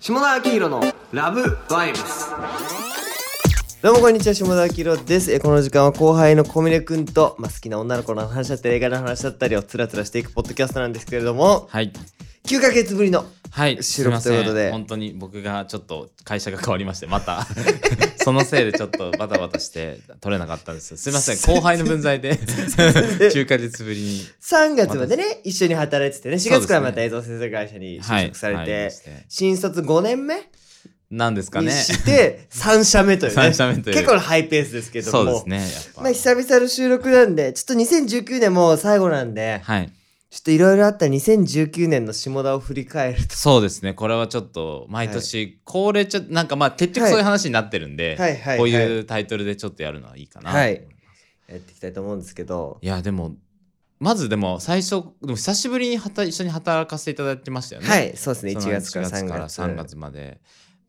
下田明宏のラブバイブスどうもこんにちは、下田明宏です。えーこの時間は後輩の小峰くんと、まあ、好きな女の子の話だったり、映画の話だったりをつらつらしていくポッドキャストなんですけれども、はい。 9ヶ月ぶりの、はい。収録すませんということで本当に僕がちょっと会社が変わりまして、また。 そのせいでちょっとバタバタして取れなかったんですよ。すい ません。後輩の分際で9ヶ月ぶりに。 3月までね、一緒に働いててね、4そうですね月からまた映像制作会社に就職されはい入りまてして、新卒5年目なんですかにね。して、3社目というね、三社目という結構なハイペースですけども、そうですね。やっぱ。まあ、久々の収録なんで、ちょっと2019年もう最後なんで、はい。ちょっといろいろあった2019年の下田を振り返ると。そうですね。これはちょっと毎年恒例ちゃ、なんかまあ結局そういう話になってるんで、はいはいはいはいこういうタイトルでちょっとやるのはいいかな。はいやっていきたいと思うんですけど、いやでもまずでも最初でも久しぶりにはた一緒に働かせていただいてましたよね。はい、そうですね。そ1の月から3 1月。 3月まで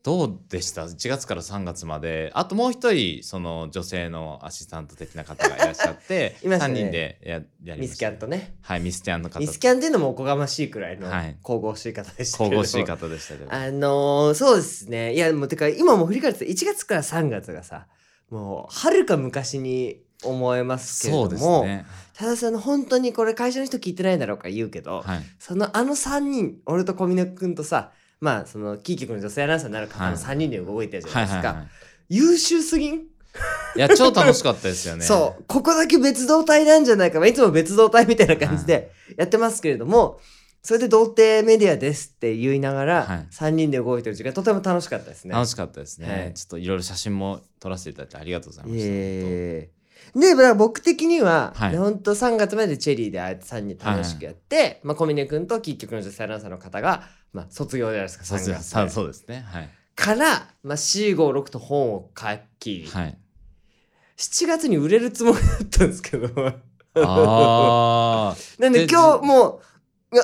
どうでした1月から3月まであともう一人その女性のアシスタント的な方がいらっしゃって いました3ね人でややりましたミスキャンとね。はいミスキャンの方ミスキャンっていうのもおこがましいくらいのはい神々しい方でしたけ神れども々しい。方でしたけどあのー、そうですね。いや、もうてか今もう振り返って1月から3月がさ、もうはるか昔に思えますけれそどうですも、ねただその本当にこれ会社の人聞いてないだろうから言うけど、はいそのあの3人、俺と小峰君とさ、まあそのキー局の女性アナウンサーになる方はのい3人で動いてるじゃなはいいですか。はいはい優秀すぎんいや超楽しかったですよね そう、ここだけ別動隊なんじゃないか、まあ、いつも別動隊みたいな感じでやってますけれども、それで童貞メディアですって言いながはらい、 3人で動いてる時間、とても楽しかったですね。楽しかったですね、はいちょっといろいろ写真も撮らせていただいてありがとうございました、ええで、まあ、僕的には、はい本当3月までチェリーであえて3人楽しくやって、まあ、小峰君と結局の女性アナウンサーの方が、まあ、卒業じゃないですか、そう3そう月までそうですねはい、から、まあ、4、5、6と本を書き、 はい、 7月に売れるつもりだったんですけど。ああなんでで今日じもう、いや、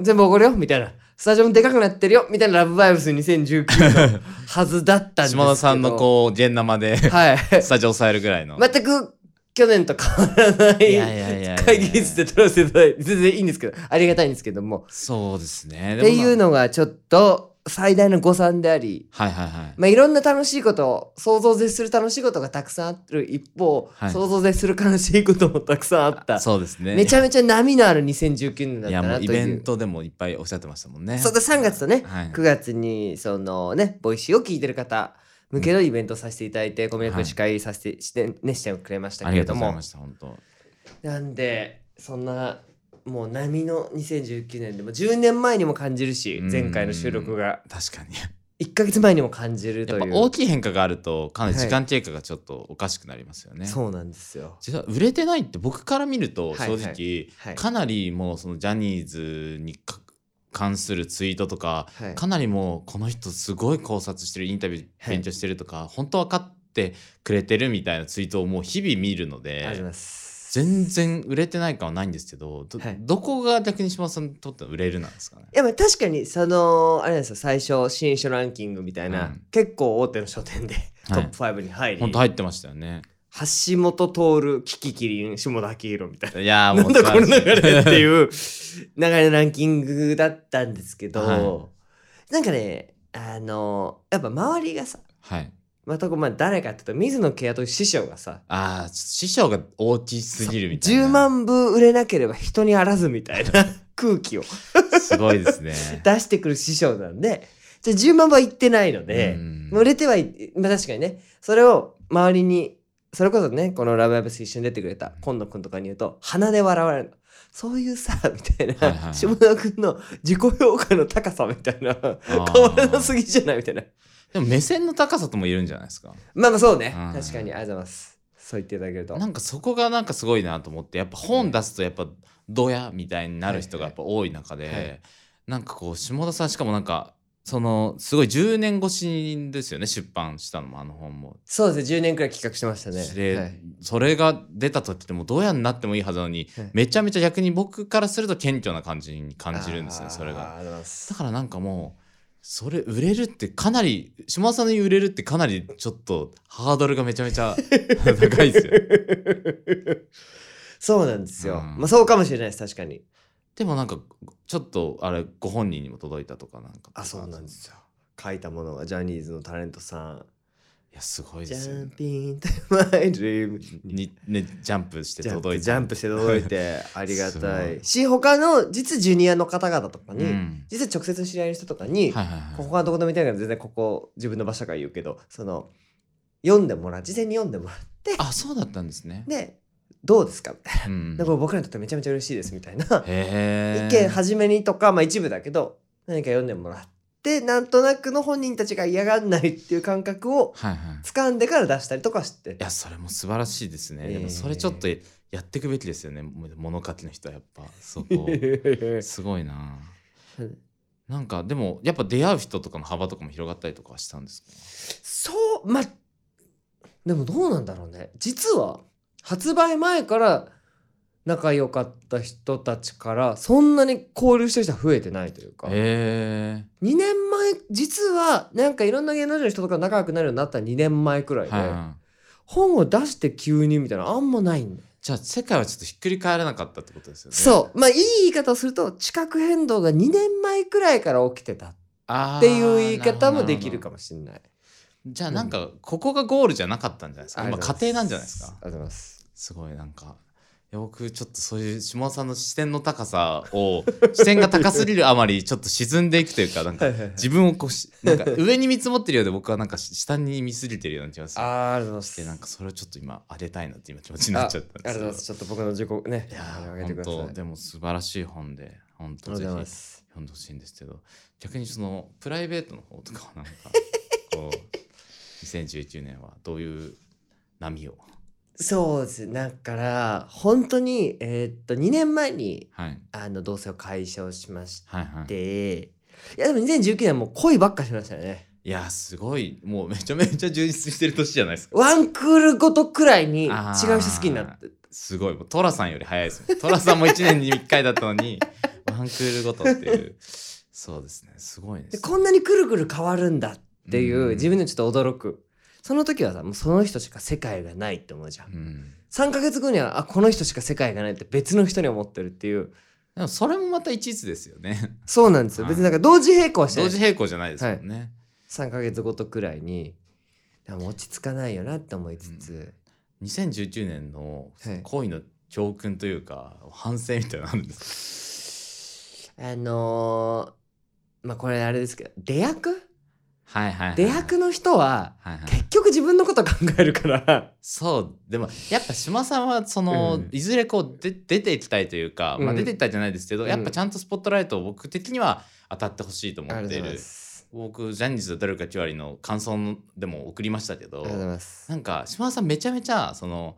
全部おごるよ、みたいな。スタジオもでかくなってるよ、みたいなラブバイブス2019の はずだったんですけど。島田さんのこう現生で はい。スタジオ抑えるぐらいの。全く去年と変わらないいやいやいやいや会議室で撮らせていただいて、全然いいんですけど、ありがたいんですけども。そうですね。っでもていう。のがちょっと最大の誤算であり、はいはいはい。まあ、いろんな楽しいこと想像を絶する楽しいことがたくさんある一方、はい想像を絶する悲しいこともたくさんあった。そうですね。めちゃめちゃ波のある2019年だいっやたもなうという。イベントでもいっぱいおっしゃってましたもんね。そうだ3月とね、はい9月にそのねボイシーを聞いてる方向けのイベントさせていただいて、ごめんなさはいい司会させてしてねしてくれましたあけりれがどとうございもました本当。なんでそんなもう波の2019年でも10年前にも感じるしうん前回の収録が確かに。 1ヶ月前にも感じるやとっいぱう大きい変化があるとかなり時間経過がちょっとおかしくなりますよね。そうなんですよ実は売れてないって僕から見るとはいは正い直はいかなりもうそのジャニーズにか関するツイートとかはいかなりもうこの人すごい考察してるインタビュはーい勉強してるとか本当分かってくれてるみたいなツイートをもう日々見るのありがとうございでます全然売れてない感はないんですけどどはいどこが逆に島田さんにとっての売れるなんですかねいやまあ確かにそのあれなんですよ最初新書ランキングみたいな、うん結構大手の書店でトはいップ5に入り、本当入ってましたよね橋本徹キキキリン下田明宏みたいない やーなもんうだこの流れっていうう流れのランキングだったんですけど、はなんかねあのやっぱ周りがさはいまたこうまあ誰かって言うと水野慶と師匠がさああ師匠が大きすぎるみたいな10万部売れなければ人にあらずみたいな 空気をすごいです ね出してくる師匠なんでじゃあ10万部はいってないのでう、ん売れてはい、まあ、確かにねそれを周りにそれこそねこの「ラブライブス一緒に出てくれた今野くんとかに言うと鼻で笑われるのそういうさ みたいな、はいはいはい下田くんの自己評価の高さみたいな変わらなすぎじゃないみたいなでも目線の高さともいるんじゃないですかまあまあそうねうん確かにありがとうございますそう言っていただけるとなんかそこがなんかすごいなと思ってやっぱ本出すとやっぱドヤみたいになる人がやっぱ多い中で、はいはいなんかこう下田さんしかもなんかそのすごい10年越しですよね出版したのもあの本も。そうですね10年くらい企画してましたねで、はいそれが出た時ってもうドヤになってもいいはずなのに、はいめちゃめちゃ逆に僕からすると謙虚な感じに感じるんですねあーそれが。ありがとうございまだす からなんかもうそれ売れるってかなり島田さんに売れるってかなりちょっとハードルがめちゃめちゃ 高いですよ。そうなんですよ、うんまあそうかもしれないです確かにでもなんかちょっとあれご本人にも届いたとかなんかあそうなんですよ書いたものがジャニーズのタレントさんいやす「ごいジですよ、ャンね、ピンとマイドリーム」にねジャンプしてジャンプ届いてジャンプして届いてありがたいすごいし他の実ジュニアの方々とかに、うん実は直接の知り合いの人とかに、はいはいはいここはどこでも見たいから全然ここ自分の場所から言うけどその読んでもらう事前に読んでもらうあそうだったんですね、でどうですかみたいなうん、でこれ僕らにとってめちゃめちゃ嬉しいですみたいなへ意え見初めにとか、まあ、一部だけど何か読んでもらってなんとなくの本人たちが嫌がんないっていう感覚をはいはい掴んでから出したりとかしていやそれも素晴らしいですね、でえーもそれちょっとやっていくべきですよねも物書きの人はやっぱそ こすごいなうんなんかでもやっぱ出会う人とかの幅とかも広がったりとかはしたんですかそうまあでもどうなんだろうね実は発売前から仲良かった人たちからそんなに交流してる人は増えてないというか、へ2年前実はなんかいろんな芸能人の人とか仲良くなるようになった2年前くらいえで、はいはい本を出して急にみたいなのあんまないんだよじゃあ世界はちょっとひっくり返らなかったってことですよねうそう。まあ、いい言い方をすると、地殻変動が2年前くらいから起きてたっっていう言い方もできるかももしれない。じゃあなんかここがゴールじゃなかったんじゃないですかあり今がとう家ございます庭なんじゃないですかありがとうございます。すごいなんかいや僕ちょっとそういう下田さんの視点の高さを視点が高すぎるあまりちょっと沈んでいくというかなんかはいはいはい自分をこうしなんか上に見積もってるようで僕はなんかし下に見すぎてるような気がすあるーありがとうござでいなまんす。かそれをちょっと今当てたいなって今気持ちになっちゃったんああでりがとうございますす。ちょっと僕の自己ね、いやあーの上げてください。あり本当でも素晴らしい本で本がとうご当ぜざひいます。読んでほしいんですけど逆にそのプライベートの方とかは なんかこう2019年はどういう波をそうです。だから、本当に、えーっと、2年前に、はいあの、同棲を解消しましはいはいて、いや、でも2019年はもう恋ばっかしましたよね。いやーすごいもうめちゃめちゃ充実してる年じゃないですかワンクールごとくらいに違う人好きになってすごいもうトラさんより早いですもんトラさんも1年に1回だったの にワンクールごとっていうそうですねすごいでですこんなにくるくる変わるんだっていう、うん自分でもちょっと驚くその時はさもうその人しか世界がないって思うじゃん、うん3ヶ月後にはあこの人しか世界がないって別の人に思ってるっていうでもそれもまた一途です よねそうなんですよはい別になんか同時並行はしてな同い時並行じゃないですもんね、 3ヶ月ごとくらいにでも落ち着かないよなって思いつつ、 2019年のはい恋の教訓というか、反省みたいなのあるんですかあのーまあこれあれですけど出役はいはいはい出役の人ははいはい、結局自分のこと考えるからそうでもやっぱ島さんはその、うんいずれこうで出ていきたいというか、まうあ、ん出ていきたいじゃないですけど、うんやっぱちゃんとスポットライトを僕的には当たってほしいと思ありがとうっございまているす僕ジャニーズの誰か9割の感想でも送りましたけあどりがとうございますなんか島田さんめちゃめちゃその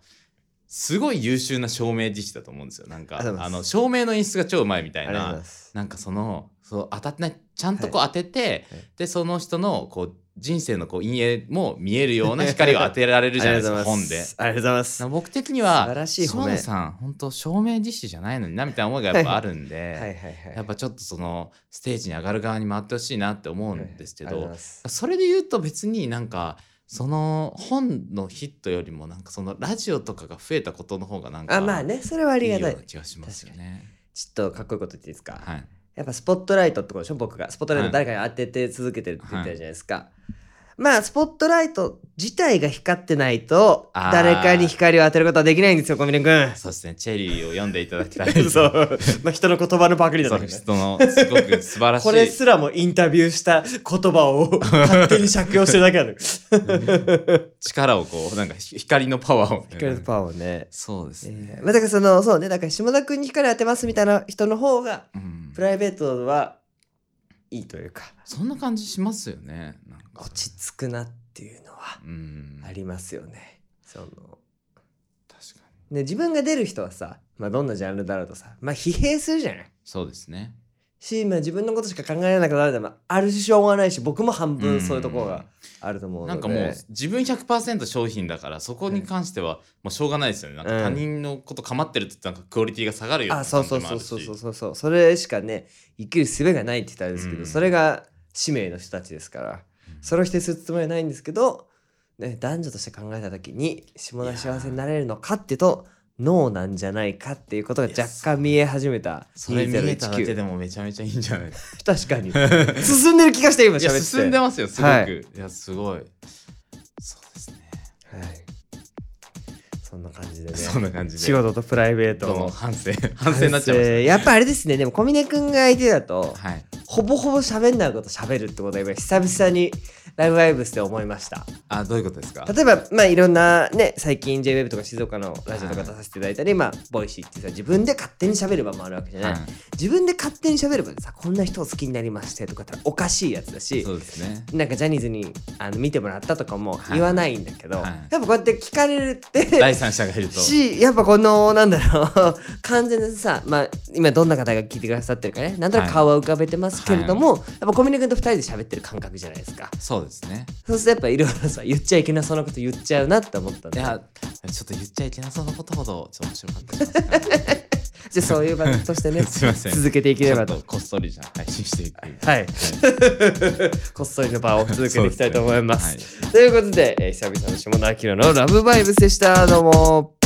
すごい優秀な照明技師だと思うんですよなんかありがとうござあいますの照明の演出が超うまいみたありいがとうございなますなんかそのそう当たってないちゃんとこう当てて、はいでその人のこう人生のこう陰影も見えるような光を当てられるじゃないですか本 で。ありがとうございます。な僕的に素晴はらしい褒め島野さん本当照明実師じゃないのになみたいな思いがやっぱあるんで、はいはいはい。やっぱちょっとそのステージに上がる側に回ってほしいなって思うんですけありがとうございど、ますそれで言うと別になんかその本のヒットよりもなんかそのラジオとかが増えたことの方がなんかあ、まあね、それはあいいりがよたうい。な気がしますよね。ちょっとかっこいいこと言っていいですか。はい、やっぱスポットライトってことでしょ、僕が。スポットライトは誰かに当てて続けてるって言ってるじゃないですか。まあ、スポットライト自体が光ってないと、あー誰かに光を当てることはできないんですよ、小峰君。そうですねチェリーを読んでいただ きたいですそ。う。まあ、人の言葉のパクリだそっうた人のすごく素晴らしいこれすらもインタビューした言葉を勝手に借用してるだ けある。力をこうなんか光のパワーを光のパワーをね。そうですね、えーまあ、だからその、そうね、だから島田君に光を当てますみたいな人の方が、うんプ、ライベートはいいというかそんな感じしますよねなんか落ち着くなっていうのはうんありますよね。その確かにね自分が出る人はさ、まあ、どんなジャンルだろうとさ、まあ、疲弊するじゃない。そうですねし、まあ、自分のことしか考えられなくなるでもある種しょうがないし僕も半う分んそういうところがあると思うのでなんかもう自分100%商品だからそこに関してはもうしょうがないですよねなんかうん他人のこと構ってるってなんかクオリティが下がるよあそうそうそうそううそなうそうそうそれしかね生きる術がないって言ったらあれですけど、うんそれが使命の人たちですからうんそれを否定するつもりはないんですけど、ね、男女として考えた時に下田幸せになれるのかっていうと脳なんじゃないかっていうことが若干見え始めたそれ見えただけで2019もめちゃめちゃいいんじゃないですか確 かに進んでる気がして今喋 いってやて進んでますよすごく、はいい、やすごいそうですねはい、そんな感じでねそんな感じで仕事とプライベートどうもの反 省反省になっちゃいましやっぱあれですねでも小峰君が相手だとたはいほぼほぼ喋んないこと喋るってことは今久々に「ライブライブ!」して思いましたあどういうことですか例えばまあいろんなね最近 JWEB とか静岡のラジオとか出させていただいたり、まあボイシーってさ自分で勝手に喋る場もあるわけじゃない、は自分で勝手に喋ればさこんな人を好きになりましてとかっておかしいやつだい、しそうです ねなんかジャニーズにあの見てもらったとかもはい言わないんだけど、はいやっぱこうやって聞かれるって第三者がいるとしやっぱこのなんだろう 完全にさ、まあ、今どんな方が聞いてくださってるかねなんとなく顔は浮かべてますけれども、やっぱ小峰君と2人で喋ってる感覚じゃないですかそうですねそうするとやっぱいろいろさ言っちゃいけなそうなこと言っちゃうなって思ったんいでやちょっと言っちゃいけなそうなことほどちょっと面白かったりしますからじゃあそういう場として ねすいません続けていけちれょばっととこっそりじゃあ配信していくはいこっそりの場を続けていきたいと思いますそうとでいうことで、えー久々の下田明のラブバイブスでしたどうも